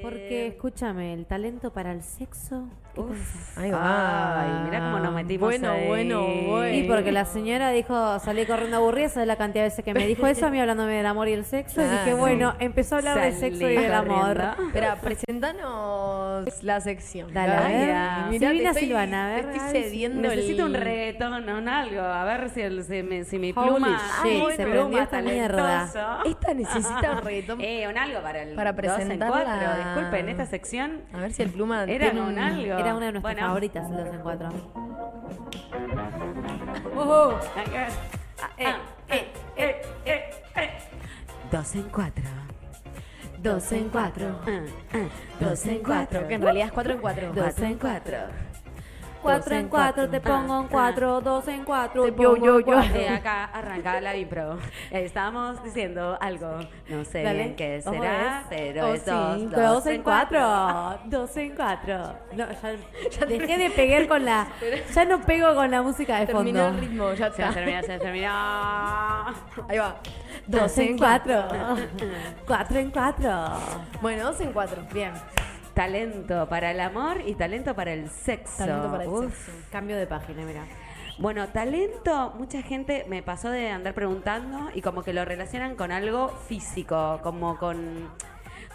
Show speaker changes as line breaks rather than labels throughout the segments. Porque,
Eh,
escúchame, el talento para el sexo. ¿qué pensás?
Ahí
Ay, mirá cómo nos metimos
Bueno,
ahí.
bueno, bueno.
Y porque la señora dijo, salí corriendo aburrida, esa es la cantidad de veces que me dijo eso, a mí hablándome del amor y el sexo. Y dije,
Claro.
bueno, empezó a hablar del
Salí
sexo y del amor.
corriendo.
Espera, presentanos la sección.
Dale, a ver.
Ay, mirá,
Silvina
te estoy-
Silvana, a ver,
te
ay,
estoy cediendo
Necesito
el-
un reggaetón o un algo. A ver si, el- si mi, si mi
Holy
pluma.
shit,
mi
se
pluma
prendió esta mierda.
talentoso.
Esta necesita un reggaetón.
Eh, un algo para el.
Para
dos en
presentarla.
cuatro. Disculpen, esta sección.
A ver si el pluma.
Era
tiene
un
un-
algo.
Era una de nuestras
Bueno.
favoritas, los en cuatro.
Ah, ah, eh, eh, eh, eh. Dos en cuatro.
Dos en cuatro.
Ah, ah.
Dos en cuatro. Que en realidad es cuatro en cuatro.
Dos en cuatro.
Cuatro en cuatro, Ah, te pongo en cuatro, dos en cuatro,
Te
yo,
pongo
yo,
en
yo.
cuatro.
Eh, acá arranca la impro. Estábamos diciendo algo. No sé
Dale.
bien qué
Ojo,
será,
es-
pero
oh,
es
sí,
dos,
pero dos en cuatro. Dos en cuatro. No, ya, dejé de pegar con la. Ya no pego con la música de
Terminó
fondo.
el ritmo, ya
Se
está.
me terminó, se me terminó.
Ahí va.
Dos en cuatro. Cuatro en cuatro.
Bueno, dos en cuatro. Bien.
Talento para el amor y talento para el sexo.
Talento para el
Uf.
sexo.
Cambio de página, mira.
Bueno, talento, mucha gente me pasó de andar preguntando y como que lo relacionan con algo físico, como con,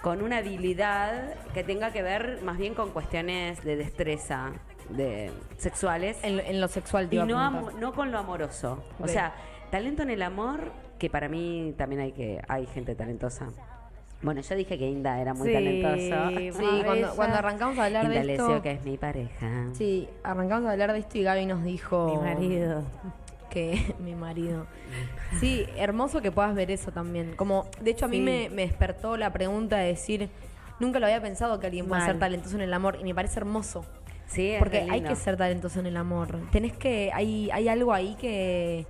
con una habilidad que tenga que ver más bien con cuestiones de destreza, de sexuales.
En, en lo sexual, te
Y
iba a
no,
preguntar.
amo- no con lo amoroso. O
Ok.
sea, talento en el amor, que para mí también hay que hay gente talentosa. Bueno, yo dije que Inda era muy
Sí,
talentosa.
Sí, cuando,
Maravillas.
cuando arrancamos a hablar
Inda
de esto.
Lesio, que es mi pareja.
Sí, Oh. arrancamos a hablar de esto y Gaby nos dijo.
Mi marido.
que mi marido. Sí, hermoso que puedas ver eso también. Como, de hecho, a mí
Mm. Sí.
me, me despertó la pregunta de decir, nunca lo había pensado que alguien pueda
Mal.
ser talentoso en el amor y me parece hermoso.
Sí, es
Porque
re
hay
lindo.
que ser talentoso en el amor. Tenés que, hay, hay algo ahí que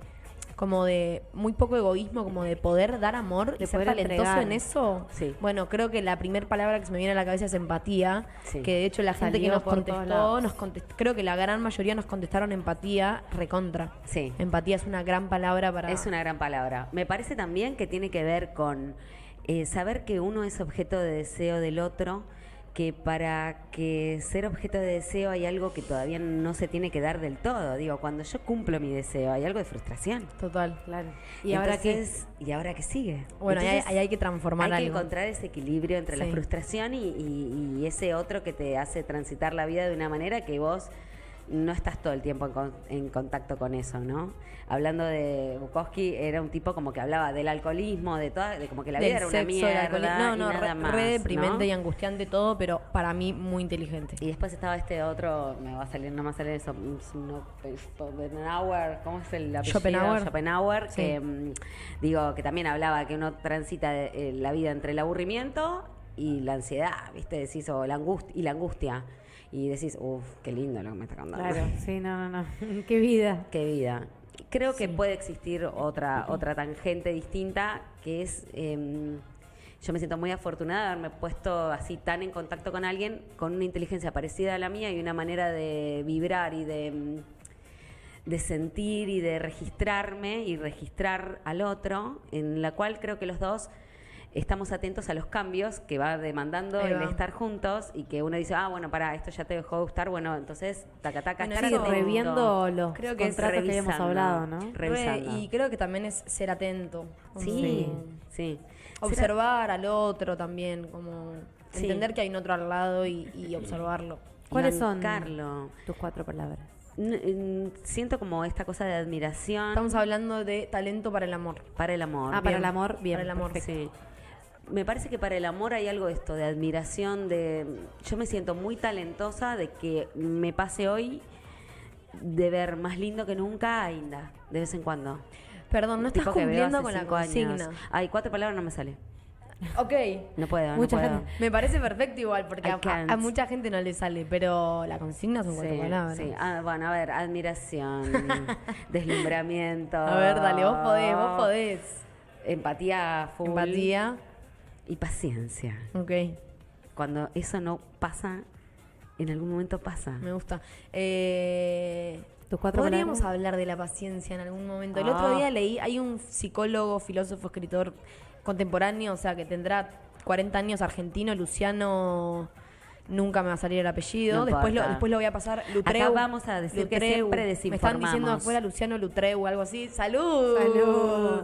como de muy poco egoísmo, como de poder dar amor
De
y ser
poder
talentoso
entregar.
en eso.
Sí.
Bueno, creo que la primera palabra que se me viene a la cabeza es empatía,
Sí.
que de hecho la gente que
Salió
nos
por todos
contestó,
lados.
nos contestó, creo que la gran mayoría nos contestaron empatía recontra.
Sí.
Empatía es una gran palabra para
Es una gran palabra. Me parece también que tiene que ver con eh, saber que uno es objeto de deseo del otro, que para que ser objeto de deseo hay algo que todavía no se tiene que dar del todo. Digo, cuando yo cumplo mi deseo hay algo de frustración.
total.
Claro. Y ahora que.
Entonces, ¿Y ahora qué sigue?
Bueno, ahí
Entonces,
hay, ahí hay que transformar
hay que
algo.
encontrar ese equilibrio entre la
Sí.
frustración y, y- y ese otro que te hace transitar la vida de una manera que vos no estás todo el tiempo en, con- en contacto con eso, ¿no? Hablando de Bukowski, era un tipo como que hablaba del alcoholismo, de toda, de como que la vida
Del
era una
sexo, del
mierda
alcoholismo.
y
No, no,
nada
re,
más,
re deprimente
¿no?
y angustiante todo, pero para mí muy inteligente.
Y después estaba este otro, me va a salir, no me va a salir eso, mm, no, Schopenhauer, ¿cómo es el apellido?
Schopenhauer.
Schopenhauer,
Sí.
que mm, digo, que también hablaba que uno transita eh, la vida entre el aburrimiento y la ansiedad, ¿viste? Decís, o la angustia, y la angustia. Y decís, uff, qué lindo lo que me está contando.
Claro, sí, no, no, no. Qué vida.
Qué vida. Creo que puede existir otra, otra tangente distinta que es. eh, yo me siento muy afortunada de haberme puesto así tan en contacto con alguien con una inteligencia parecida a la mía y una manera de vibrar y de, mm, de sentir y de registrarme y registrar al otro, en la cual creo que los dos estamos atentos a los cambios que va demandando
Ahí
el
va.
estar juntos y que uno dice, ah, bueno, para esto ya te dejó de gustar, bueno, entonces, taca, taca,
Bueno,
estar
Sí,
Claro.
atento.
reviendo los
Creo que es
contratos que habíamos
revisando.
hablado, ¿no?
Re- Revisando.
Re- y creo que también es ser atento. como
Sí, sí.
Observar al otro también, como
Sí.
entender que hay un otro al lado y, y observarlo.
¿Cuáles son
Carlos.
tus cuatro palabras?
Siento como esta cosa de admiración
Estamos hablando de talento para el amor.
para el amor.
Ah, para el amor, bien.
Para el amor.
perfecto.
Sí. Me parece que para el amor hay algo de esto, de admiración, de... Yo me siento muy talentosa de que me pase hoy de ver más lindo que nunca a Inda, de vez en cuando.
Perdón, no estás
Tipo que veo
cumpliendo
hace
con la
cinco años.
consigna.
Ay, cuatro palabras no me sale.
Ok.
No puedo,
Mucha
no puedo.
gente-
Me parece perfecto igual, porque
I
a,
can't.
a mucha gente no le sale, pero la consigna son cuatro
Sí,
palabras.
sí. Ah, bueno, a ver, admiración, deslumbramiento.
A ver, dale, vos podés, vos podés.
Empatía, Ah, full.
Empatía.
Y paciencia.
Ok,
Cuando eso no pasa, en algún momento pasa.
me gusta. Eh,
Tus cuatro
Podríamos
palabras.
hablar de la paciencia en algún momento. El
Ah.
otro día leí, hay un psicólogo, filósofo, escritor contemporáneo, o sea, que tendrá 40 años argentino, Luciano. Nunca me va a salir el apellido.
No
después, lo,
importa.
después lo voy a pasar Lutreu.
Acá vamos a decir que siempre
Me están diciendo
desinformamos.
afuera Luciano Lutreu o algo así. ¡Salud!
Salud.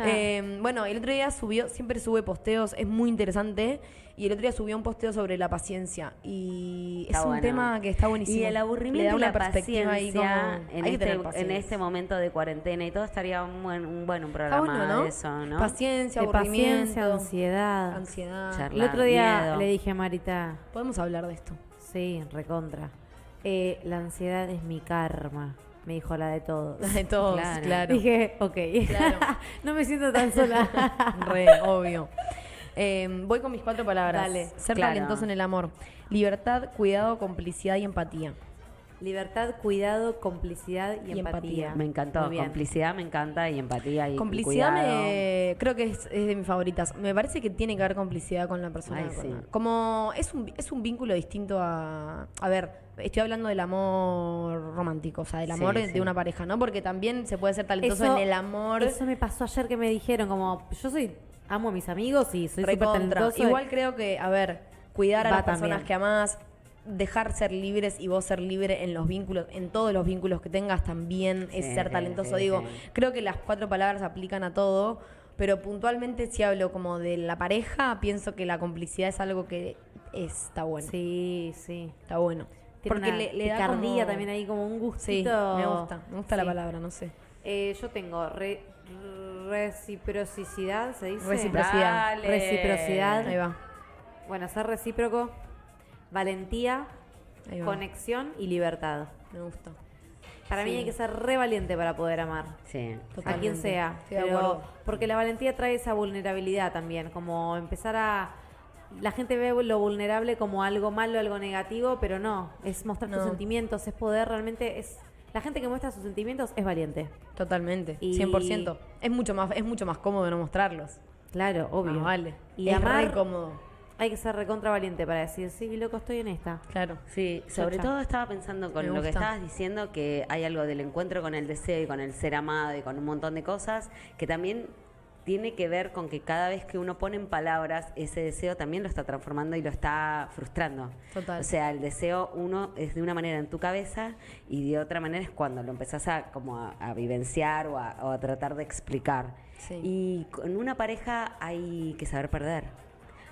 Eh, bueno, el otro día subió, siempre sube posteos, es muy interesante. Y el otro día subió un posteo sobre la paciencia. Y
Está
es un
bueno.
tema que está buenísimo.
Y el
Le
aburrimiento
da
y
una
la
perspectiva
paciencia
ahí como,
en,
hay que tener
este, en
paciencia.
este momento de cuarentena y todo estaría un buen un, buen un
Está
programa
bueno, ¿no?
de eso, ¿no?
Paciencia,
De
aburrimiento,
paciencia, ansiedad.
ansiedad.
Charla.
El otro día
miedo.
le dije a Marita,
Podemos hablar de esto.
sí, recontra. eh, la ansiedad es mi karma, me dijo la de todos.
De todos,
Claro.
claro.
Dije, ok,
Claro.
no me siento tan sola.
Re, obvio. Eh, voy con mis cuatro palabras.
Dale.
Ser
Claro.
talentoso en el amor. Libertad, cuidado, complicidad y empatía.
Libertad, cuidado, complicidad y,
Y
empatía.
empatía.
Me encantó.
Muy bien.
Complicidad me encanta y empatía y
Complicidad
cuidado.
me, creo que es, es de mis favoritas. Me parece que tiene que haber complicidad con la persona.
Ay,
con
sí.
la- Como es un, es un vínculo distinto a... A ver, estoy hablando del amor romántico, o sea, del
Sí,
amor de
sí.
una pareja, ¿no? Porque también se puede ser talentoso en el amor.
Eso me pasó ayer que me dijeron, como, yo soy, amo a mis amigos y soy súper
Recontra.
talentoso.
Igual creo que, a ver, cuidar a
Va
las personas
también.
que amás, dejar ser libres y vos ser libre en los vínculos, en todos los vínculos que tengas también
Sí,
es ser talentoso.
sí,
Digo,
sí.
creo que las cuatro palabras aplican a todo, pero puntualmente si hablo como de la pareja, pienso que la complicidad es algo que está bueno.
Sí, sí.
Está bueno.
Tiene
Porque
una
le, le da
picardía
como-
también ahí, como un gustito.
Sí, me gusta, me gusta la
Sí.
palabra, no sé.
Eh, yo tengo re- reciprocidad, ¿se dice?
Reciprocidad.
Dale.
Reciprocidad.
Ahí va.
Bueno, ser recíproco, valentía,
Ahí va.
conexión y libertad.
Me gusta.
Para mí
Sí.
hay que ser re valiente para poder amar.
Sí.
A quien
Totalmente.
sea.
Estoy de
Pero,
acuerdo.
porque la valentía trae esa vulnerabilidad también, como empezar a... La gente ve lo vulnerable como algo malo, algo negativo, pero no, es mostrar tus
No.
sentimientos, es poder realmente... es La gente que muestra sus sentimientos es valiente.
Totalmente,
Y-
100%. Es mucho más es mucho más cómodo no mostrarlos.
Claro, obvio.
Más Ah, vale.
Y
es
amar,
re cómodo.
hay que ser recontra valiente para decir, sí, loco, estoy en esta.
Claro.
Sí, sobre
Chocha.
todo estaba pensando con
Me
lo que
gusta.
estabas diciendo, que hay algo del encuentro con el deseo y con el ser amado y con un montón de cosas, que también tiene que ver con que cada vez que uno pone en palabras ese deseo también lo está transformando y lo está frustrando.
Total.
O sea, el deseo uno es de una manera en tu cabeza y de otra manera es cuando lo empezás a como a, a vivenciar o a, o a tratar de explicar.
Sí.
Y con una pareja hay que saber perder.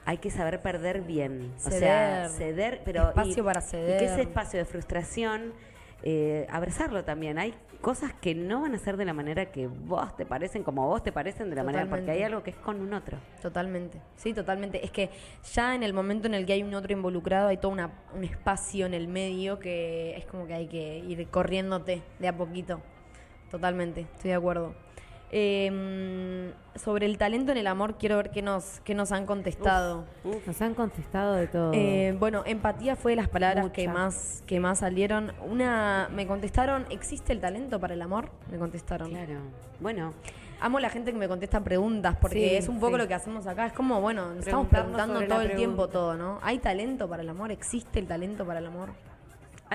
Hay que saber perder bien. O sea,
Ceder.
ceder, pero
Espacio para
y que
ceder.
ese espacio de frustración, eh, abrazarlo también. Hay cosas que no van a ser de la manera que vos te parecen, como vos te parecen de la manera, porque
Totalmente.
hay algo que es con un otro.
Totalmente, sí, totalmente. Es que ya en el momento en el que hay un otro involucrado, hay todo una- un espacio en el medio que es como que hay que ir corriéndote de a poquito. Totalmente, estoy de acuerdo. Eh, sobre el talento en el amor, quiero ver qué nos, qué nos han contestado.
Nos han contestado de todo.
Eh, bueno, empatía fue de las palabras
Mucha.
que más que más salieron. Una me contestaron, ¿existe el talento para el amor? Me contestaron.
Claro. Bueno,
Amo la gente que me contesta preguntas porque
Sí,
es un poco
sí.
lo que hacemos acá. Es como, bueno, nos estamos
Preguntarnos
preguntando
sobre
todo
la
el tiempo
pregunta.
todo, ¿no? ¿Hay talento para el amor? ¿Existe el talento para el amor?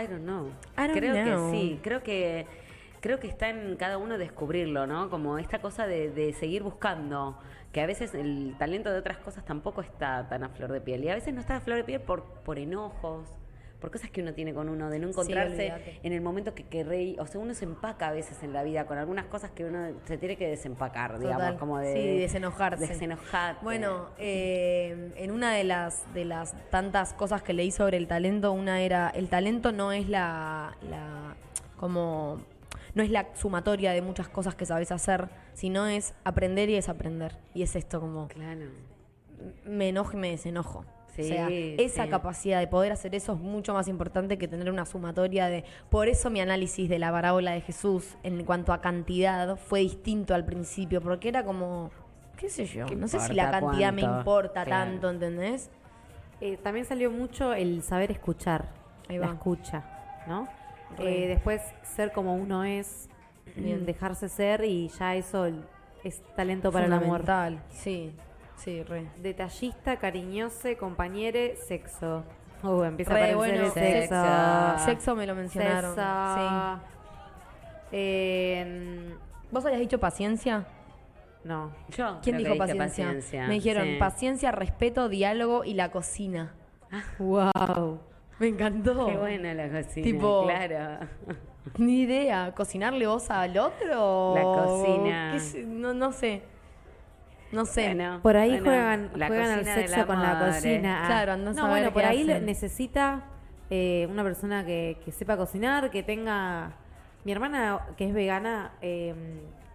I don't know.
I don't
creo
know.
que sí, creo que creo que está en cada uno descubrirlo, ¿no? Como esta cosa de, de seguir buscando, que a veces el talento de otras cosas tampoco está tan a flor de piel y a veces no está a flor de piel por por enojos, por cosas que uno tiene con uno, de no
Sí,
encontrarse
olvídate.
en el momento que querré, o sea, uno se empaca a veces en la vida con algunas cosas que uno se tiene que desempacar, digamos,
Total.
como de
sí, desenojarse.
desenojarte.
Bueno, eh, en una de las, de las tantas cosas que leí sobre el talento, una era, el talento no es la, la- como, no es la sumatoria de muchas cosas que sabes hacer, sino es aprender y desaprender. Y es esto como,
claro.
me enojo y me desenojo.
Sí,
o sea, esa
sí.
capacidad de poder hacer eso es mucho más importante que tener una sumatoria de... Por eso mi análisis de la parábola de Jesús en cuanto a cantidad fue distinto al principio, porque era como, qué sé yo,
¿Qué
no sé si la
importa
cantidad me
cuánto?
importa
Claro.
tanto, ¿entendés?
Eh, también salió mucho el saber escuchar.
Ahí
la
va.
escucha, ¿no?
Re. Mm.
Eh, después ser como uno es,
Bien.
dejarse ser y ya eso l- es talento para el amor.
Fundamental, Sí, sí, re.
Detallista, cariñose, compañere, sexo. Uh, empieza a
Re
aparecer
bueno,
el sexo.
sexo.
Sexo me lo mencionaron.
Sexo. Eh,
Sí. ¿Vos habías dicho paciencia?
No.
Yo
¿Quién
creo
dijo
que dije
paciencia? Me dijeron
sí.
paciencia, respeto, diálogo y la cocina. wow. Me encantó.
Ah. Qué buena la cocina,
Tipo-
claro.
Ni idea. ¿Cocinarle vos al otro?
La cocina.
¿Qué sé? No, no sé. No sé.
Bueno,
Por ahí
bueno,
juegan,
la
juegan al
cocina eh. de
sexo
la
con la
madre.
cocina. Ah.
Claro, andá a
No,
saber
bueno, por
qué
ahí lo-
hacen.
necesita eh, una persona que, que sepa cocinar, que tenga... Mi hermana, que es vegana, eh,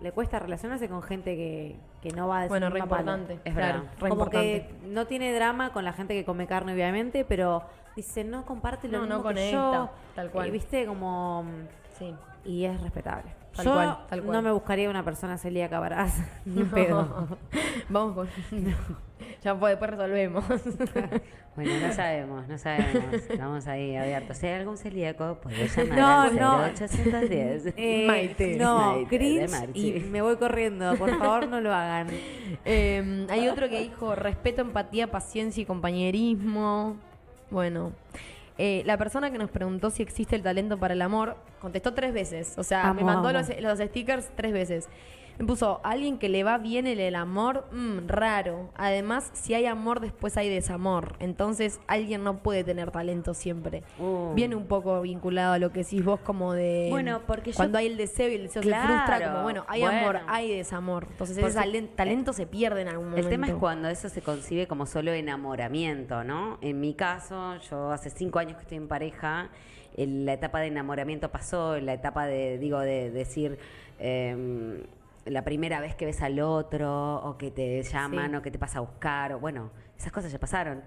le cuesta relacionarse con gente que, que no va a
Bueno, re importante.
Es
claro,
verdad.
re
Como
importante.
que no tiene drama con la gente que come carne, obviamente, pero dice, no comparte lo
No,
mismo
no
que yo.
conecta, tal cual.
Y viste, como... mm,
Sí.
Y es respetable.
Tal
yo
cual, tal
no
cual.
me buscaría una persona celíaca baraz. Ni pedo.
Vamos con. Ya fue, después resolvemos.
Bueno, no sabemos, no sabemos. Estamos ahí abiertos. Si hay algún celíaco, podés llamar
No,
al
no.
0810.
Eh,
Maite.
No,
Maite, de
cringe
Marchi.
y me voy corriendo. Por favor, no lo hagan.
Eh, hay otro que dijo respeto, empatía, paciencia y compañerismo. Bueno. Eh, la persona que nos preguntó si existe el talento para el amor contestó tres veces. O sea, me
Amo,
mandó
amo.
los, los stickers tres veces. Me puso, alguien que le va bien el, el amor, mm, raro. Además, si hay amor, después hay desamor. Entonces, alguien no puede tener talento siempre.
Uh.
Viene un poco vinculado a lo que decís vos, como de.
Bueno, porque yo-
Cuando hay el deseo y el deseo
Claro.
se frustra, como bueno, hay amor,
Bueno.
hay desamor. Entonces,
Porque-
ese talen- talento se pierde en algún momento.
El tema es cuando eso se concibe como solo enamoramiento, ¿no? En mi caso, yo hace cinco años que estoy en pareja, el- la etapa de enamoramiento pasó, la etapa de, digo, de decir em, la primera vez que ves al otro, o que te llaman,
Sí.
o que te pasa a buscar, o bueno, esas cosas ya pasaron.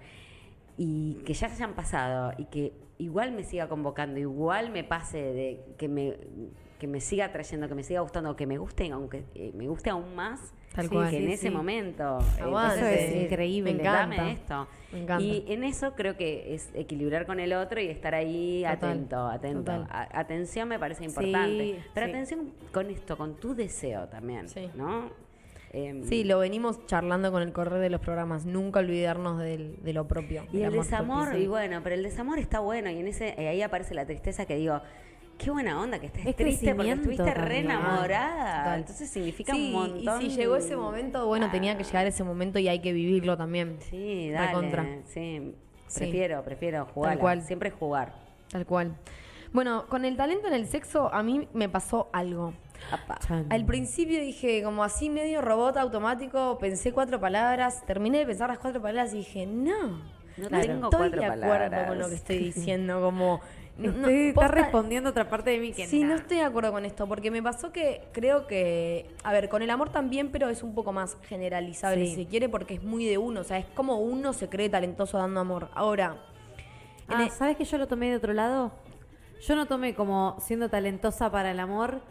Y que ya se hayan pasado, y que igual me siga convocando, igual me pase de que me que me siga atrayendo, que me siga gustando, que me guste, aunque eh, me guste aún más,
Tal
sí,
cual.
que en
Sí,
ese
sí.
momento. eh,
Aguante.
Entonces,
Eso es increíble.
Me
dame
encanta.
esto.
Me encanta.
Y en eso creo que es equilibrar con el otro y estar ahí
Total,
atento, atento.
total.
A- atención me parece importante.
Sí,
Pero
sí.
atención con esto, con tu deseo también,
Sí.
¿no? Em,
Sí, lo venimos charlando con el correr de los programas. Nunca olvidarnos del- de lo propio.
Y
del
el
amor
desamor,
propio, sí.
y bueno, pero el desamor está bueno y en ese eh, ahí aparece la tristeza que digo, qué buena onda que estés
Es
triste porque
crecimiento
estuviste re
también.
enamorada.
Ah, Total.
Entonces significa un
Sí,
montón.
Y si llegó ese momento, bueno, tenía que llegar ese momento y hay que vivirlo también.
Sí, dale.
Recontra.
Sí,
Sí.
prefiero, prefiero jugar.
cual.
Siempre jugar.
Tal cual. Bueno, con el talento en el sexo, a mí me pasó algo.
Apa.
Chan.
Al principio dije, como así medio robot automático, pensé cuatro palabras, terminé de pensar las cuatro palabras y dije, no,
No
claro,
tengo
estoy
cuatro
de acuerdo
palabras.
con lo que estoy diciendo, como... No, no,
Estoy- está
posta-
respondiendo otra parte de mí que
Sí, no
nah.
estoy de acuerdo con esto, porque me pasó que creo que, a ver, con el amor también, pero es un poco más generalizable,
Sí.
si se quiere, porque es muy de uno, o sea, es como uno se cree talentoso dando amor. Ahora, en e-
Ah,
el-
¿Sabes que yo lo tomé de otro lado? Yo no tomé como siendo talentosa para el amor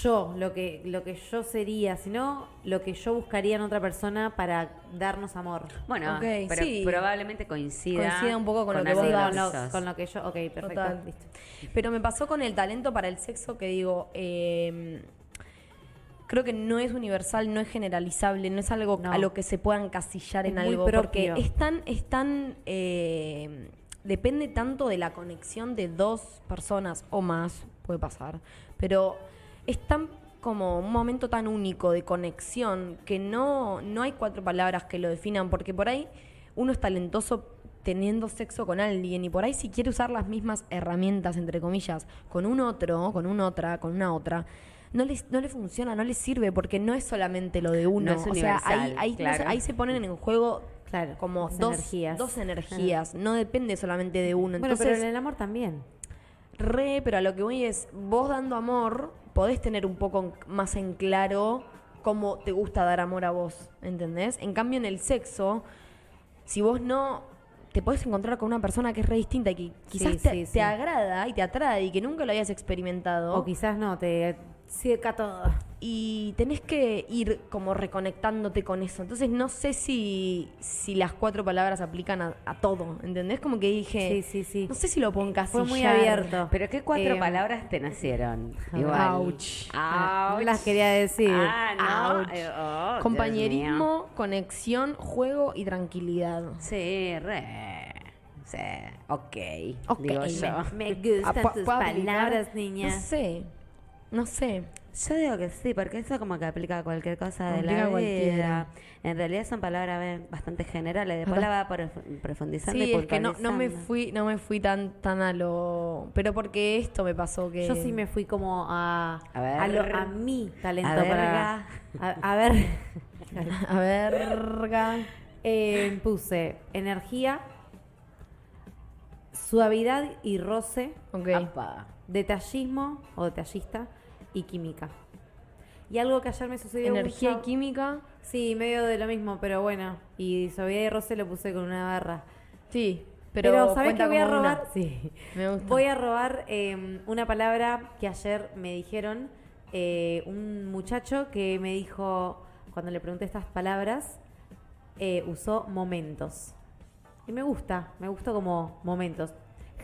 yo, lo que, lo que yo sería, sino lo que yo buscaría en otra persona para darnos amor.
Bueno,
Ok,
pero
sí.
probablemente coincida.
Coincida un poco con lo que
Sí,
vos
algo
das.
con
que
lo,
sos.
con lo que yo. Ok, perfecto.
Total.
Listo.
Pero me pasó con el talento para el sexo que digo, eh, creo que no es universal, no es generalizable, no es algo
No.
a lo que se pueda encasillar
Es
en
muy
algo. Porque
propio.
es tan, es tan, eh, depende tanto de la conexión de dos personas o más, puede pasar, pero es tan como un momento tan único de conexión que no, no hay cuatro palabras que lo definan, porque por ahí uno es talentoso teniendo sexo con alguien y por ahí si quiere usar las mismas herramientas, entre comillas, con un otro, con un otra, con una otra, no le no le funciona, no le sirve porque no es solamente lo de uno.
No es
o sea, ahí,
universal,
ahí, no se-
claro.
ahí se ponen en juego
Claro,
como
las
dos
energías.
energías. Dos energías. No depende solamente de uno.
Bueno,
Entonces,
pero en el amor también.
re, pero a lo que voy es, vos dando amor, podés tener un poco en- más en claro cómo te gusta dar amor a vos, ¿entendés? En cambio, en el sexo, si vos no te podés encontrar con una persona que es re distinta y que quizás
Sí,
te,
sí,
te
sí.
agrada y te atrae y que nunca lo hayas experimentado
O quizás no, te seca todo.
y tenés que ir como reconectándote con eso. Entonces no sé si, si las cuatro palabras aplican a, a todo, ¿entendés? Como que dije,
Sí, sí, sí.
no sé si lo pongo casi.
Fue muy abierto.
Pero qué cuatro
Eh,
palabras te nacieron.
ah,
Igual.
ouch.
No
Ouch.
las quería decir.
Ah, no. Eh, oh, Dios mío.
Compañerismo, conexión, juego y tranquilidad.
Sí, re. Sí. Ok.
Ok,
Digo yo.
Me gustan
Ah, ¿puedo-
tus
puedo habilitar?
palabras, niña.
No sé, no sé.
Yo digo que sí, porque eso como que aplica a cualquier cosa de
Aplica
la
a
vida.
cualquiera.
En realidad son palabras eh, bastante generales. Después
Acá-
la va prof- profundizando
Sí,
y
es que no, no me
puntualizando.
fui, no me fui tan, tan a lo. Pero porque esto me pasó que.
Yo sí me fui como a,
A ver.
a, lo- a mi talento
A
para.
verga.
A, a ver.
A verga.
Eh, puse energía, suavidad y roce,
Ok.
Apa.
detallismo o detallista y química. Y algo que ayer me sucedió. un
Energía y
chavo-
química.
Sí, medio de lo mismo, pero bueno. Y suavidad y roce lo puse con una barra.
Sí. Pero,
Pero, ¿sabés
cuenta
que voy a
como una.
robar? Sí.
Me gusta.
Voy a robar eh, una palabra que ayer me dijeron eh, un muchacho que me dijo, cuando le pregunté estas palabras, eh, usó momentos. Y me gusta, me gustó como momentos.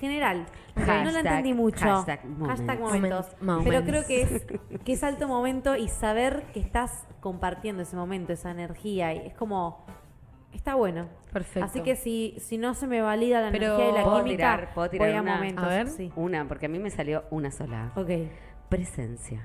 General, porque no la
Hashtag-
entendí mucho.
hashtag moments.
Hashtag momentos.
Moments.
Pero creo que es, que es alto momento y saber que estás compartiendo ese momento, esa energía. Y es como, está bueno.
Perfecto.
Así que si, si no se me valida la
Pero-
energía y la
¿Puedo
química,
tirar- puedo tirar
voy a
una?
momentos.
A ver.
Sí.
Una, porque a mí me salió una sola.
Ok.
Presencia.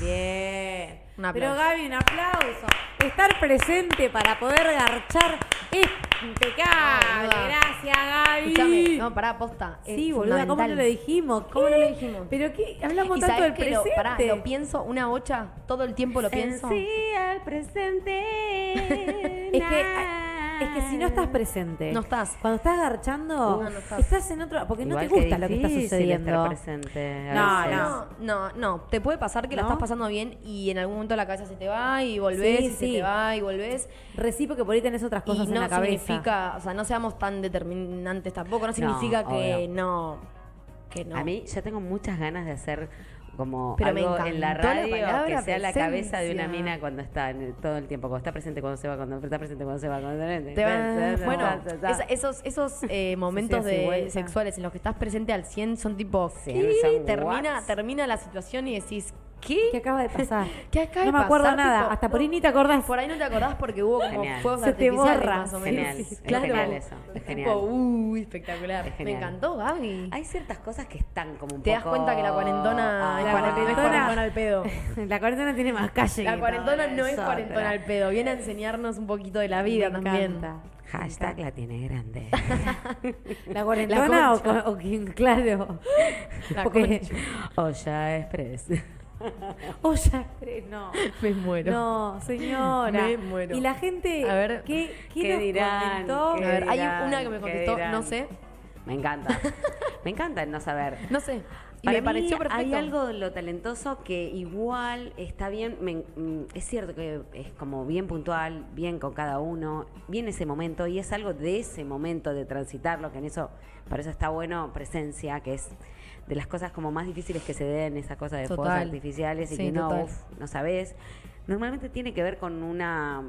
Bien.
Un aplauso.
Pero Gaby, un aplauso. Estar presente para poder garchar es impecable.
Ay, boluda.
Gracias, Gaby.
Escuchame, no, pará, posta. es
sí, boluda, ¿cómo no
fundamental.
lo dijimos? ¿Qué?
¿Cómo no lo dijimos?
¿Pero qué? Hablamos
¿Y
tanto
sabés
del
que
presente.
Lo, pará, lo pienso una bocha, todo el tiempo lo pienso.
Sí, al presente.
es, que, ah, es que si no estás presente.
No estás.
Cuando estás garchando,
No, no estás.
estás. en otro. Porque no te
Igual que
gusta lo que está
difícil estar
sucediendo.
presente a
No,
veces.
no.
No, no, te puede pasar que la
¿No?
estás pasando bien y en algún momento la cabeza se te va y volvés
Sí,
y se
sí.
te va y volvés.
Recibo que por ahí tenés otras
Y
cosas en
no
la cabeza.
significa, o sea, no seamos tan determinantes tampoco, no
No,
significa que
obvio.
no, que no.
A mí yo tengo muchas ganas de hacer como
Pero me
algo en la
encantó la
radio que
palabra
sea la cabeza de una
presencia.
mina cuando está en- todo el tiempo, cuando está presente, cuando se va, cuando está presente, cuando se va, cuando
Te va- bueno, esa-
es
esos, esos eh, momentos
Sí, sí,
de-
vuelta.
sexuales en los que estás presente al 100 son tipo,
Sí,
¿qué?
son
termina,
what?
termina la situación y decís,
¿Qué acaba de pasar?
¿Qué acaba
no
de
me acuerdo
pasar?
nada.
Tipo,
Hasta por
no.
ahí ni te acordás.
Por ahí no te acordás porque hubo como
Genial.
fuegos
Se te
artificiales
borra.
más o menos.
genial,
Sí,
es
Claro.
genial eso, es uh.
Tipo,
genial.
uy, espectacular.
Es
Me
genial.
encantó, Gaby.
Hay ciertas cosas que están como un
Te das
poco-
cuenta que la cuarentona,
Ah,
la
la
cuarentona, no es
cuarentona.
cuarentona al pedo.
La cuarentena tiene más calle.
La
que
cuarentona
todo
no es
eso,
cuarentona al
pero-
pedo. Viene a enseñarnos un poquito de la vida
Me
también.
encanta.
Hashtag la tiene grande.
¿La cuarentona o,
concha.
con- o quién? Claro.
La
Porque.
concha.
Olla Express.
O ya crees, no.
Me muero.
No, señora.
Me muero.
Y la gente.
A ver.
¿Qué, qué,
¿Qué
nos
dirán?
comentó?
¿Qué
A ver, hay
dirán?
una que me
¿Qué
contestó,
dirán?
no sé.
Me encanta. Me encanta el no saber.
No sé. Y
Para
me pareció
mí
perfecto.
Hay algo de lo talentoso que igual está bien. me en- mm, es cierto que es como bien puntual, bien con cada uno, bien ese momento y es algo de ese momento de transitarlo. Que en eso, para eso está bueno presencia, que es de las cosas como más difíciles que se den, esa cosa de fuegos
Total.
artificiales y
Sí,
que no,
total.
uf, no sabes. Normalmente tiene que ver con una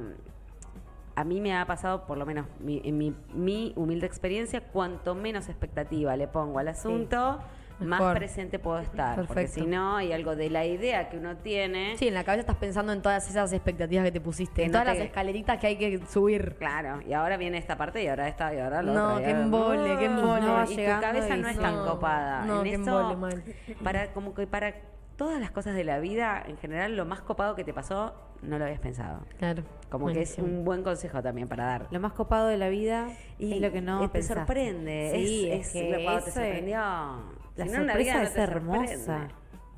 a mí me ha pasado, por lo menos mi- en mi, mi humilde experiencia, cuanto menos expectativa le pongo al asunto, más
Mejor.
presente puedo estar. Porque
Perfecto.
si no, hay algo de la idea que uno tiene.
Sí, en la cabeza estás pensando en todas esas expectativas que te pusiste,
Que
en
no
todas
te-
las escaleritas que hay que subir.
Claro, y ahora viene esta parte y ahora esta y ahora lo
No,
otro, y
qué
ahora-
embole, qué
Y
embole.
no,
Va
Y, tu
llegando
cabeza
y
no es
no.
tan copada.
No,
en
qué
eso,
embole, mal.
para como que para todas las cosas de la vida, en general, lo más copado que te pasó, no lo habías pensado.
Claro.
Como que es un buen consejo también para dar.
Lo más copado de la vida es lo que no.
eh, te
pensaste.
este sorprende.
Sí,
es,
es,
es
que
lo cuando te
eso es-
sorprendió.
La
Si no, en la vida
sorpresa
no
es
te
hermosa.
sorprende.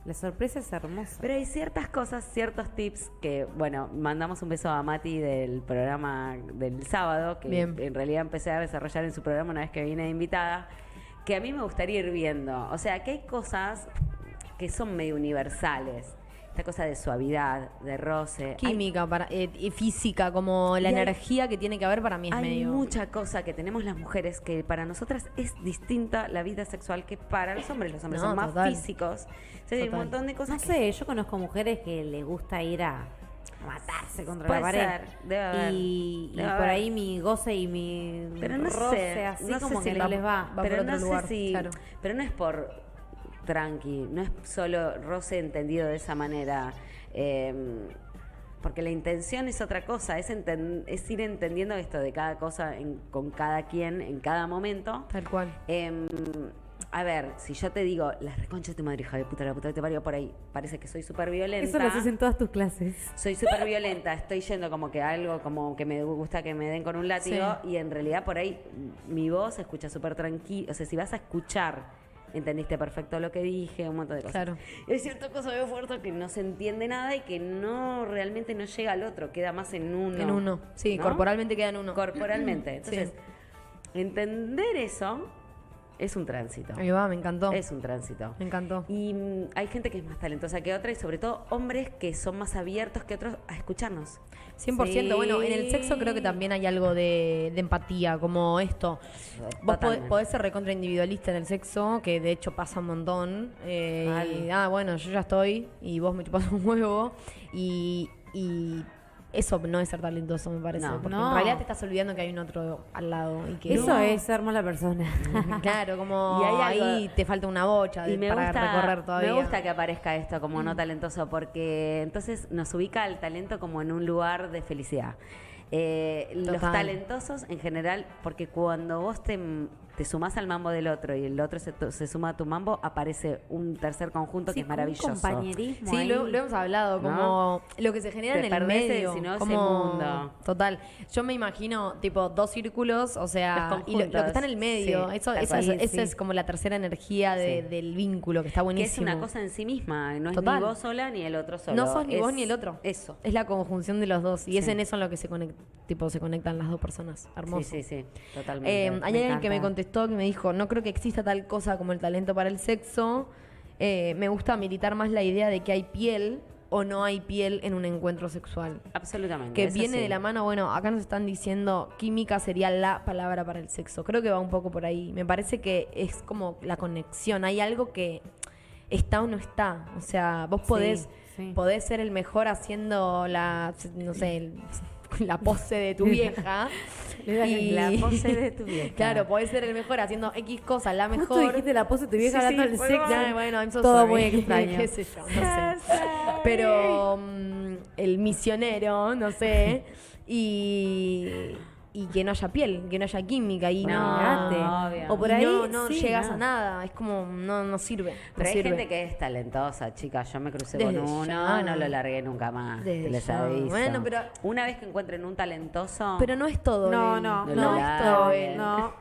La sorpresa es hermosa.
Pero hay ciertas cosas, ciertos tips que, bueno, mandamos un beso a Mati del programa del sábado, que
Bien.
en realidad empecé a desarrollar en su programa una vez que vine de invitada, que a mí me gustaría ir viendo. O sea, que hay cosas que son medio universales. Esta cosa de suavidad, de roce. Hay
Química para, eh, y física, como la
Y hay-
energía que tiene que haber para mí es
Hay
medio.
mucha cosa que tenemos las mujeres que para nosotras es distinta la vida sexual que para los hombres. Los hombres
No,
son más
total.
físicos. O sea, hay un
Total.
montón de
No
cosas que
sé, yo conozco mujeres que les gusta ir a matarse contra
Puede
la pared.
ser, debe haber,
y y
debe
por
haber.
ahí mi goce y mi
Pero no
roce
sé,
así
no sé
como
si
que
va-
no les va.
va
pero
por
no
otro
sé
lugar,
si-
claro.
Pero no es por tranqui, no es solo roce entendido de esa manera. eh, porque la intención es otra cosa, es, enten- es ir entendiendo esto de cada cosa en- con cada quien en cada momento.
Tal cual.
Em, a ver, si yo te digo, las reconchas de tu madre, hija de puta, la puta que te parió por ahí, parece que soy súper violenta.
Eso lo haces en todas tus clases.
soy súper violenta, estoy yendo como que algo como que me gusta que me den con un látigo y en realidad por ahí mi voz se escucha súper tranquila. O sea, si vas a escuchar, entendiste perfecto lo que dije, un montón de cosas.
Claro.
Es cierto cosa de fuerte que no se entiende nada y que no realmente no llega al otro, queda más en uno.
En uno. Sí,
¿no?
corporalmente queda en uno.
Corporalmente.
Sí.
Entonces, entender eso es un tránsito.
Ahí va, me encantó.
Es un tránsito.
Me encantó.
Y mm, hay gente que es más talentosa que otra y sobre todo hombres que son más abiertos que otros a escucharnos.
100%. Bueno, en el sexo creo que también hay algo de, de empatía, como esto. Vos podés,
Totalmente.
podés ser recontra individualista en el sexo, que de hecho pasa un montón. eh,
Mal.
y, ah, bueno, yo ya estoy y vos me chupas un huevo. Y, y eso no es ser talentoso, me parece.
No.
porque
No.
en realidad te estás olvidando que hay un otro al lado. Y que
Eso es ser mala persona.
Claro, como
Y hay algo-
ahí te falta una bocha de-
Y me
para recorrer
gusta,
todavía.
me gusta que aparezca esto como no talentoso, porque entonces nos ubica el talento como en un lugar de felicidad. Eh, los
Total.
talentosos en general, porque cuando vos te, te sumás al mambo del otro y el otro se, to- se suma a tu mambo, aparece un tercer conjunto
Sí,
que es maravilloso.
Un compañerismo.
Sí,
ahí.
lo, lo hemos hablado,
¿No?
como lo que se genera
Te
en el
perdés,
medio.
si no, ese
como-
mundo.
Total. Yo me imagino, tipo, dos círculos, o
Los
sea, y lo, lo
conjuntos,
que está en el medio.
sí,
eso
tal
eso,
cual.
eso-
Sí,
eso
sí.
es como la tercera energía de-
Sí.
del vínculo, que está
Que es
buenísimo.
una cosa en sí misma, no es
Total.
ni vos sola ni el otro solo.
no sos ni
es
vos ni el otro.
Eso.
Es la conjunción de los dos. Y es
Sí.
en eso en lo que se, conect- tipo, se conectan las dos personas. Hermoso.
Sí, sí, sí, totalmente.
Eh, hay
Me
alguien que me
encanta.
contestó que me dijo, no creo que exista tal cosa como el talento para el sexo. Eh, me gusta militar más la idea de que hay piel o no hay piel en un encuentro sexual.
Absolutamente.
Que
eso
viene
sí.
de la mano, bueno, acá nos están diciendo química sería la palabra para el sexo. Creo que va un poco por ahí. Me parece que es como la conexión. Hay algo que está o no está. O sea, vos podés,
sí.
podés ser el mejor haciendo la, no sé, el- la pose de tu vieja. y-
La pose de tu vieja.
Claro, podés ser el mejor haciendo X cosas, la
Justo
mejor.
dijiste la pose de tu vieja
Sí, sí,
hablando del
fue
sexo.
como, "Ay, bueno, I'm so
Todo
sorry".
muy extraño.
Qué sé yo, no sé. Pero mm, el misionero, no sé. Y, y que no haya piel, que no haya química. Y no,
Olvídate.
obvio.
O por
Y
ahí
no,
no, no
sí,
llegas
nada.
a nada. Es como, no, no sirve. no
Pero hay
sirve.
gente que es talentosa, chica. Yo me crucé
Desde
con uno,
ya.
no lo largué nunca más.
Desde
te les
ya.
aviso.
Bueno, pero-
Una vez que encuentren un talentoso...
Pero no es todo.
No,
él.
no,
de
no,
la
es todo,
labia.
no,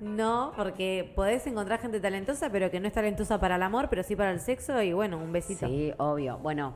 no, porque podés encontrar gente talentosa, pero que no es talentosa para el amor, pero sí para el sexo, y bueno, un besito.
Sí, obvio. Bueno,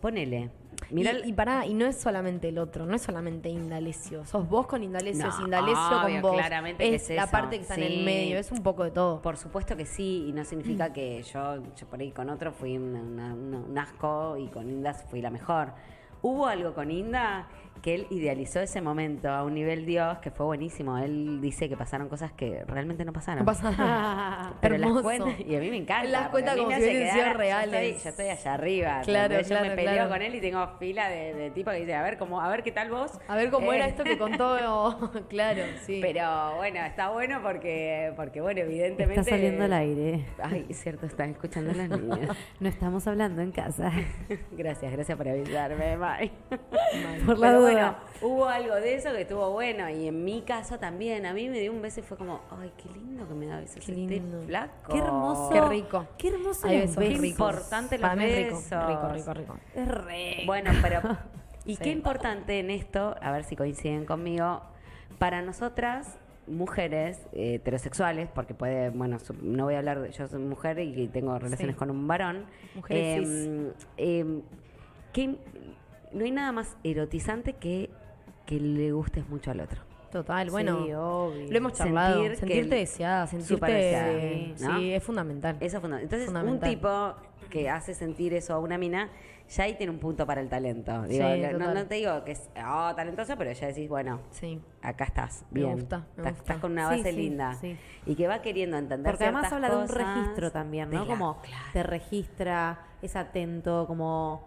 ponele. Mirá,
y, y pará, y no es solamente el otro, no es solamente Indalecio. Sos vos con Indalecio, es
No,
Indalecio con
obvio,
vos.
claramente que
es
es
la
eso,
parte que está en el
sí.
medio, es un poco de todo.
por supuesto que sí, y no
Mm.
significa que yo, yo por ahí con otro fui una- una- una- un asco y con Inda fui la mejor. Hubo algo con Inda que él idealizó ese momento a un nivel Dios que fue buenísimo. Él dice que pasaron cosas que realmente no pasaron.
No pasa nada.
Pero las
Ah, Hermoso.
cuenta, y a mí me encanta.
Las
porque
cuenta
a mí me
como si
hace
hubiesen
quedar-
sido
Yo
reales.
estoy, yo estoy allá arriba.
Claro,
¿entendés? Yo
claro,
me peleo
claro.
con él y tengo fila de, de tipos que dicen, a ver, cómo, a ver qué tal vos.
A ver cómo
Eh,
era esto que contó. claro, sí.
Pero bueno, está bueno porque, porque bueno, evidentemente.
Está saliendo al aire.
Ay, es cierto, están escuchando las niñas.
No estamos hablando en casa.
gracias, gracias por avisarme, May.
Por la
Pero bueno,
duda.
hubo algo de eso que estuvo bueno. Y en mi caso también, a mí me dio un beso y fue como, ay, qué lindo que me da besos.
Qué
Qué
lindo.
lindo. flaco.
Qué hermoso.
Qué rico.
Qué hermoso
Hay
los
besos
besos.
Qué
ricos.
importante los
Para mí es rico,
besos.
rico, rico, rico.
Es re.
Bueno, pero. Y
Eh, Sí.
qué importante en esto, a ver si coinciden conmigo, para nosotras, mujeres eh, heterosexuales, porque puede, bueno, su- no voy a hablar, de- yo soy mujer y tengo relaciones
Sí.
con un varón.
Mujeres
eh, eh, que no hay nada más erotizante que que le gustes mucho al otro.
Total, bueno.
Sí, obvio.
Lo hemos
Sentir
charlado.
que
sentirte
el-
deseada, sentirte.
Súper deseada, ¿no?
Sí, es fundamental.
Eso es funda- Entonces,
Fundamental.
un tipo que hace sentir eso a una mina, ya ahí tiene un punto para el talento. Digo,
Sí,
no- no,
total.
te digo que es oh, talentoso, pero ya decís, bueno,
Sí.
acá estás.
Me
Bien.
gusta, me
estás,
gusta.
estás con una
Sí,
base
sí,
linda.
sí.
Y que va queriendo entender
Porque además
ciertas
habla de un
cosas.
registro también, ¿no?
De la-
como
claro.
te registra, es atento, como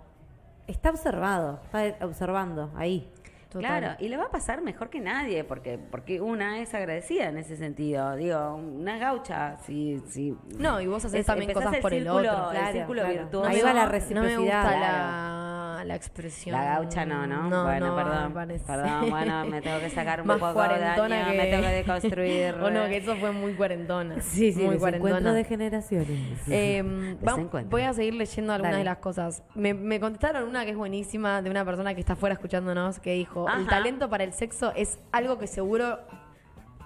está observado, está observando ahí.
Total.
Claro, y le va a pasar mejor que nadie, porque porque una es agradecida en ese sentido. Digo, una gaucha, si... si
No, y vos haces
Es-
también
empezás
cosas por el
círculo-
otro,
el
claro,
círculo
claro.
virtuoso.
Ahí va la
No me gusta
reciprocidad,
la, la, la expresión.
La gaucha no, ¿no?
No,
bueno,
no, me
perdón.
parece.
Perdón, bueno, me tengo que sacar un
Más
poco de
cuarentona
daño,
que...
me tengo que deconstruir.
o no, que eso fue muy cuarentona.
Sí, sí,
muy
los encuentros
cuarentona.
de generaciones.
Eh, va-
Desencuentro.
voy a seguir leyendo algunas
Dale.
de las cosas. Me, me contestaron una que es buenísima de una persona que está afuera escuchándonos que dijo, el
Ajá.
talento para el sexo es algo que seguro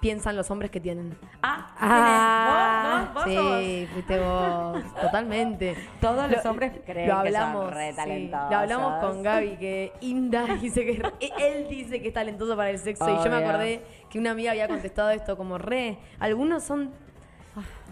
piensan los hombres que tienen.
Ah,
Ah,
¿vos, vos, vos sos-
sí, fuiste vos, totalmente.
Todos
Lo-
los hombres creen
lo hablamos,
que son re
sí,
talentosos.
lo hablamos con Gaby que Inda dice que él dice que es talentoso para el sexo y yo me
Obvio.
acordé que una amiga había contestado esto como re, algunos son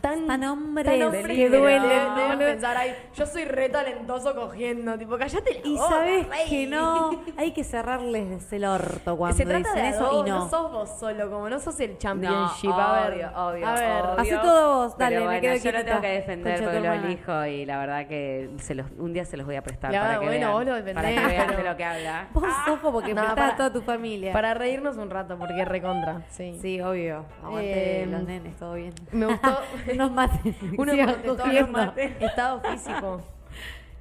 tan,
Tan hombres
hombres
que
pero
duelen,
deben
boludo.
pensar, "Ay, yo soy re talentoso cogiendo, tipo, cállate la
Y
Oh,
boca,
sabes
rey".
que no, hay que cerrarles el orto cuando
Se trata
dicen
de a
eso
dos,
y no.
sos vos solo, como no sos el
No,
championship,
obvio,
a ver,
obvio,
a ver.
obvio.
Hacé todo vos, dale,
Pero
me
bueno,
quedo
Yo lo
quietita.
tengo que defender
Concha
porque
tu
lo
hermana.
elijo y la verdad que se los, un día se los voy a prestar
Ya,
para que
bueno,
vean.
vos lo defendés,
para que vean
pero-
de lo que habla.
Vos sos como que
Ah. No,
prestás
para-
a toda tu familia.
Para reírnos un rato, porque recontra. Sí.
Sí, obvio. Aguante
Em,
los nenes, todo bien.
Me gustó.
Unos mates.
Uno
Sigan
de todos los
cogiendo.
mates. Estado físico.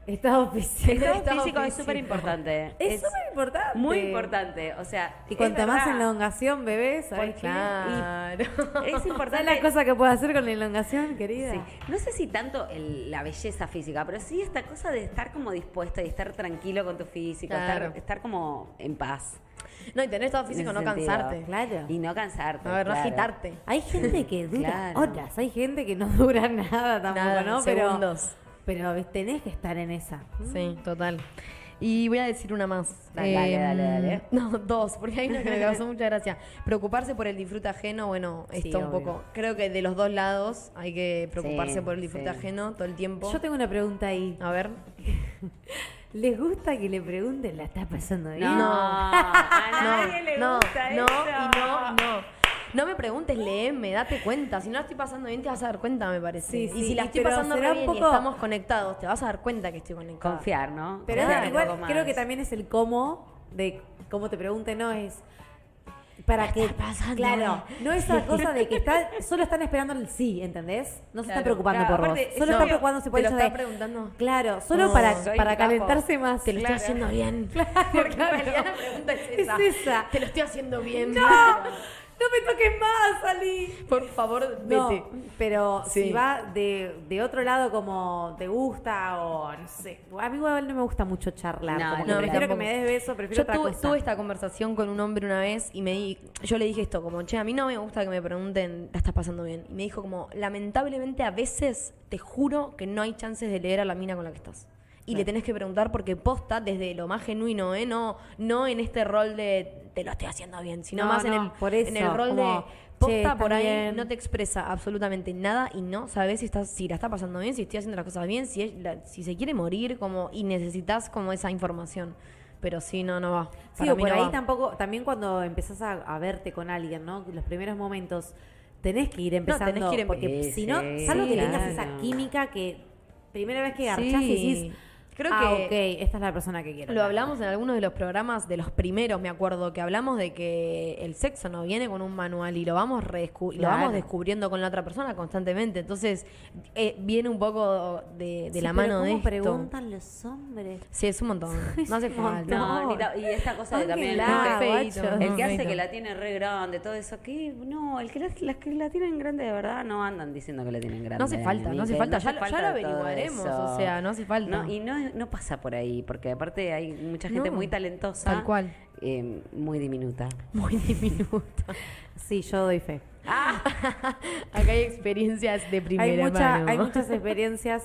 Estado físico.
El
Estado
estado físico es
físico.
súper importante.
Es súper importante.
Muy importante. O sea,
Y
es
cuanto más
verdad.
elongación, bebé, ¿sabes
Porque-
qué?
Claro.
Es
¿Sabés
importante.
la cosa que puedes hacer con la elongación, querida?
Sí. No sé si tanto el- la belleza física, pero sí esta cosa de estar como dispuesta y estar tranquilo con tu físico,
Claro.
estar, estar como en paz.
No, y tener estado
en
físico,
ese
no
sentido.
cansarte.
Claro.
Y no cansarte.
A ver, no
claro.
agitarte.
Hay gente que dura
Claro.
horas, hay gente que no dura nada tampoco,
Nada,
¿no?
segundos.
Pero, pero tenés que estar en esa. Mm.
Sí, total. Y voy a decir una más.
Dale,
Em,
dale, dale, dale.
No, dos, porque hay una que me causó mucha gracia. Preocuparse por el disfrute ajeno, bueno,
Sí,
está un
obvio.
poco. Creo que de los dos lados hay que preocuparse
Sí,
por el disfrute
sí.
ajeno todo el tiempo.
Yo tengo una pregunta ahí.
A ver.
¿Les gusta que le pregunten la estás pasando bien?
No, a nadie le
no,
gusta
no,
eso.
y no, no. No me preguntes, léeme, date cuenta. Si no la estoy pasando bien, te vas a dar cuenta, me parece.
Sí,
y
sí,
si la
y
estoy
pero
pasando re
será un
bien y
poco-
estamos conectados, te vas a dar cuenta que estoy conectada.
Confiar, ¿no?
Pero
Confiar
es-
un
igual
poco más.
creo que también es el cómo de cómo te pregunten, no es para que
está pasando?
claro, no esa cosa de que está, solo están esperando el sí, ¿entendés? No se
Claro,
están preocupando
claro,
por vos.
aparte,
Solo
no,
están preocupándose por
te lo
eso de-
están preguntando.
Claro, solo
No,
para,
soy
para
un capo.
calentarse más.
Te lo
Claro.
estoy haciendo bien.
Claro,
Porque
claro.
en realidad la pregunta es esa.
Es esa.
Te lo estoy haciendo bien.
No, no me toques más, Ali.
Por favor, vete.
No, pero
Sí.
si va de, de otro lado como te gusta o no sé. A mí igual no me gusta mucho charlar.
No,
como que
no, a mí
prefiero que
tampoco.
me des beso, prefiero
Yo
otra
tuve,
cosa.
tuve esta conversación con un hombre una vez y me di, yo le dije esto, como, che, a mí no me gusta que me pregunten, ¿la estás pasando bien? Y me dijo como, lamentablemente a veces te juro que no hay chances de leer a la mina con la que estás. Y le tenés que preguntar porque posta desde lo más genuino, ¿eh? No, no en este rol de te lo estoy haciendo bien, sino
No,
más en,
no,
el,
por
en
eso,
el rol
como,
de
"Che,
posta
¿estás
por ahí
bien?".
no te expresa absolutamente nada y no sabes si, estás, si la está pasando bien, si estoy haciendo las cosas bien, si, es la- si se quiere morir como y necesitas como esa información. Pero sí, no, no va.
Sí,
Para
o
mí
por
no
ahí
va.
tampoco, también cuando empezás a, a verte con alguien, ¿no? Los primeros momentos tenés que ir empezando.
tenés que ir em-
porque
Sí,
si no,
sí,
salvo que
claro.
tengas esa química que primera vez que
Sí.
garchás y decís,
Creo
ah,
que-
ok, esta es la persona que quiero.
Lo hablamos en algunos de los programas, de los primeros, me acuerdo, que hablamos de que el sexo no viene con un manual y lo vamos redescu- y lo
Claro.
vamos descubriendo con la otra persona constantemente. Entonces, eh, viene un poco de,
Sí,
de
pero
la mano de
¿cómo
esto.
preguntan los hombres?
Sí, es un montón. No hace
un
falta.
montón.
No, ni ta- y esta cosa de
Aunque
también
la-
el que-
Ah, feíto.
guacho.
El que hace
Feíto.
que la tiene re grande, todo eso, que no, el que la, las que la tienen grande de verdad no andan diciendo que la tienen grande.
No hace falta,
ni
no hace
que-
falta, ya lo- ya lo
todo
averiguaremos,
eso.
o sea, no hace falta.
No, y no, no pasa por ahí, porque aparte hay mucha gente
No,
muy talentosa.
tal cual.
eh, muy diminuta.
Muy diminuta.
Sí, yo doy fe.
¡Ah!
Acá hay experiencias de primera
Hay, mucha-
mano.
hay muchas experiencias.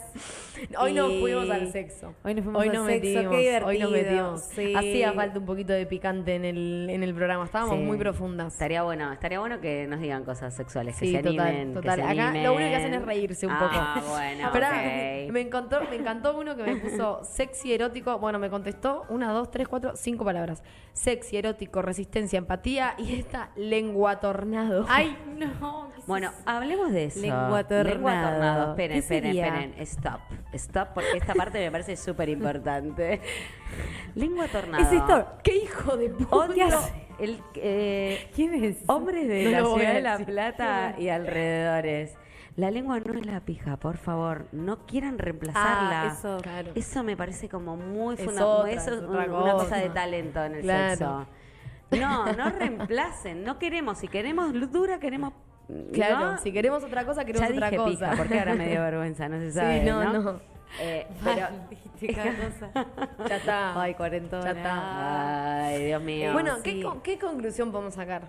Hoy no
y-
fuimos al sexo.
Hoy no fuimos al
nos
sexo,
metimos,
qué
Hoy nos
divertido,
metimos.
sí.
Hacía falta un poquito de picante en el, en el programa. Estábamos
Sí.
muy profundas.
Estaría bueno, estaría bueno que nos digan cosas sexuales, que
Sí,
se
total,
animen,
total.
que se
Acá
animen.
lo único que hacen es reírse un poco.
Ah, bueno,
Pero
ok.
me, encantó, me encantó uno que me puso sexy, erótico. Bueno, me contestó una, dos, tres, cuatro, cinco palabras. Sexy, erótico, resistencia, empatía y esta lengua tornado.
Ay, no. ¿qué es
Bueno,
eso?
hablemos de eso.
Lengua
Lengua
tornado.
tornado. Esperen,
¿Qué
esperen,
sería?
esperen. Stop. Stop, porque esta parte me parece súper importante. Lengua tornado.
Es esto.
¿Qué hijo de puta?
Odio el, eh,
¿Quién es?
Hombres de
No
la
lo voy
ciudad
a
de La
decir.
Plata y alrededores. La lengua no es la pija, por favor. No quieran reemplazarla.
Ah, eso.
Claro.
Eso me parece como muy
Es
fundamental.
otra,
Eso es
es otra
un- una cosa de
cosa.
talento en el
Claro.
sexo. No, no reemplacen. No queremos. Si queremos luz dura, queremos.
Claro,
¿no?
si queremos otra cosa, queremos
ya
otra
dije
cosa.
pija, porque ahora me dio vergüenza, no se sabe.
no,
no,
no.
Eh, pero,
Dijiste cada cosa.
Ya está.
Ay, cuarentona.
Ya está.
ay, Dios mío.
bueno,
sí.
¿qué, con- qué conclusión podemos sacar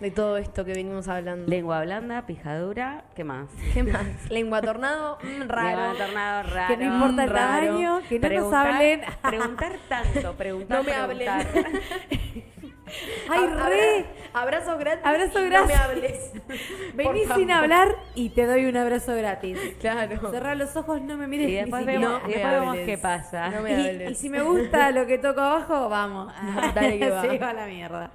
de todo esto que venimos hablando?
lengua blanda, pijadura, ¿qué más?
¿Qué más? Lengua tornado, mm, raro.
Lengua tornado raro.
Que no importa el
raro.
tamaño, que no
Preguntar-
nos hablen.
Preguntar tanto, preguntar.
No me
preguntar.
Ay,
Abra-
re.
Abrazos gratis.
Abrazo
y
gratis.
No me hables.
Vení
Por
sin
favor.
hablar y te doy un abrazo gratis.
Claro.
Cerrá los ojos, no me mires.
Y después
ni
vemos,
siquiera.
y
me
después vemos
hables.
qué pasa.
No me
Y,
hables.
y si me gusta lo que toco abajo, vamos.
Dale que va.
Se iba a la mierda.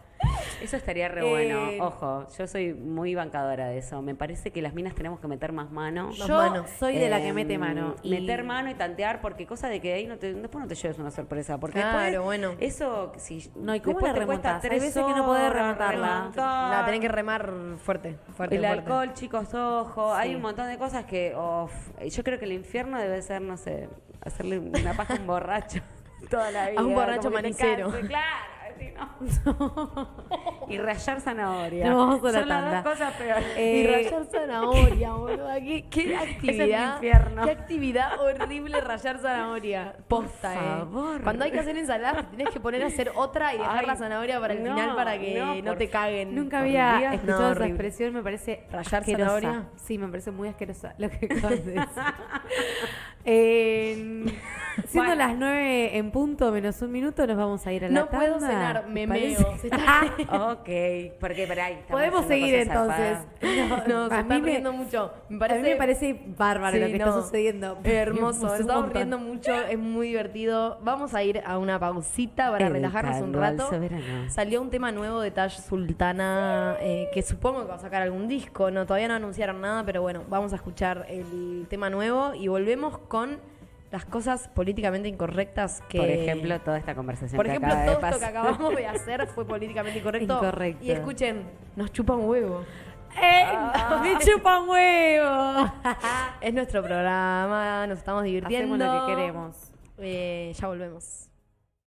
Eso estaría re
Eh,
bueno. Ojo, yo soy muy bancadora de eso. Me parece que las minas tenemos que meter más mano.
Las
Yo
manos.
soy de la que
Eh,
mete mano. y-
Meter mano y tantear, porque cosa de que ahí no te, después no te lleves una sorpresa. Porque
Claro,
después
bueno.
Eso, si.
No, ¿y cómo
después
la
te cuesta
remontás? Hay
tres
veces que no podés
horas
remontarla.
remontar.
La tenés que remar fuerte, fuerte,
el
fuerte.
alcohol, chicos, ojo. Hay un montón de cosas que. of, yo creo que el infierno debe ser, no sé, hacerle una paja a un borracho toda la vida.
un borracho
como que te
manicero.
canse, Claro, así, no. y rayar zanahoria.
Nos vamos a la
Son las
tanda.
dos cosas peores.
Y
Eh,
rayar zanahoria, boludo. Ah, ¿Qué, qué actividad?
infierno.
Qué actividad horrible rayar zanahoria. Posta,
Por
eh.
favor.
Cuando hay que hacer ensaladas, te tenés que poner a hacer otra y dejar
Ay,
la zanahoria para el
no,
final para que
no,
no,
por
te caguen.
Nunca
Horrible.
había
No,
escuchado esa
horrible.
expresión, me parece
¿Rayar
asquerosa.
zanahoria?
Sí, me parece muy asquerosa lo que acabas de decir. En- siendo
Bueno.
las nueve en punto, menos un minuto, nos vamos a ir a la
No puedo
tanda,
cenar, me
¿te parece?
meo. Se está-
ok, porque por ahí. estamos
Podemos
haciendo
seguir
cosas
entonces.
zarpadas.
No, se
a,
está
mí me,
riendo mucho. Me
a
parece,
mí me parece bárbaro lo
Sí,
que
no.
está sucediendo.
Hermoso,
Es
nos
un
estamos
montón.
riendo mucho, es muy divertido. Vamos a ir a una pausita para
Educando
relajarnos un
al
rato.
soberano.
Salió un tema nuevo de Tash Sultana, eh, que supongo que va a sacar algún disco. No, todavía no anunciaron nada, pero bueno, vamos a escuchar el tema nuevo y volvemos con las cosas políticamente incorrectas que.
Por ejemplo, toda esta conversación
Por
que
ejemplo,
acaba de
todo esto que
pasar.
acabamos de hacer fue políticamente incorrecto.
Incorrecto.
Y escuchen, nos chupa un huevo.
¡Eh!
Ah.
¡Me chupa un huevo!
Es nuestro programa, nos estamos divirtiendo.
Hacemos lo que queremos.
Eh, ya volvemos.